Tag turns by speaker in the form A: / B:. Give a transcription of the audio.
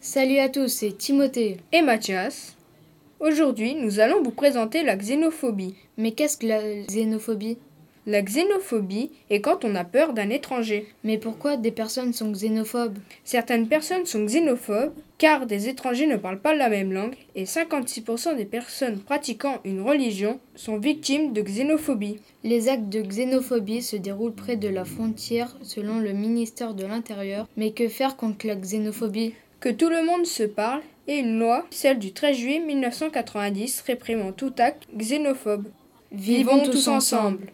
A: Salut à tous, c'est Timothée.
B: et Mathias. Aujourd'hui, nous allons vous présenter la xénophobie.
A: Mais qu'est-ce que la xénophobie
B: La xénophobie est quand on a peur d'un étranger.
A: Mais pourquoi des personnes sont xénophobes
B: Certaines personnes sont xénophobes car des étrangers ne parlent pas la même langue et 56% des personnes pratiquant une religion sont victimes de xénophobie.
A: Les actes de xénophobie se déroulent près de la frontière selon le ministère de l'Intérieur. Mais que faire contre la xénophobie
B: Que tout le monde se parle est une loi, celle du 13 juillet 1990, réprimant tout acte xénophobe. Vivons tous ensemble.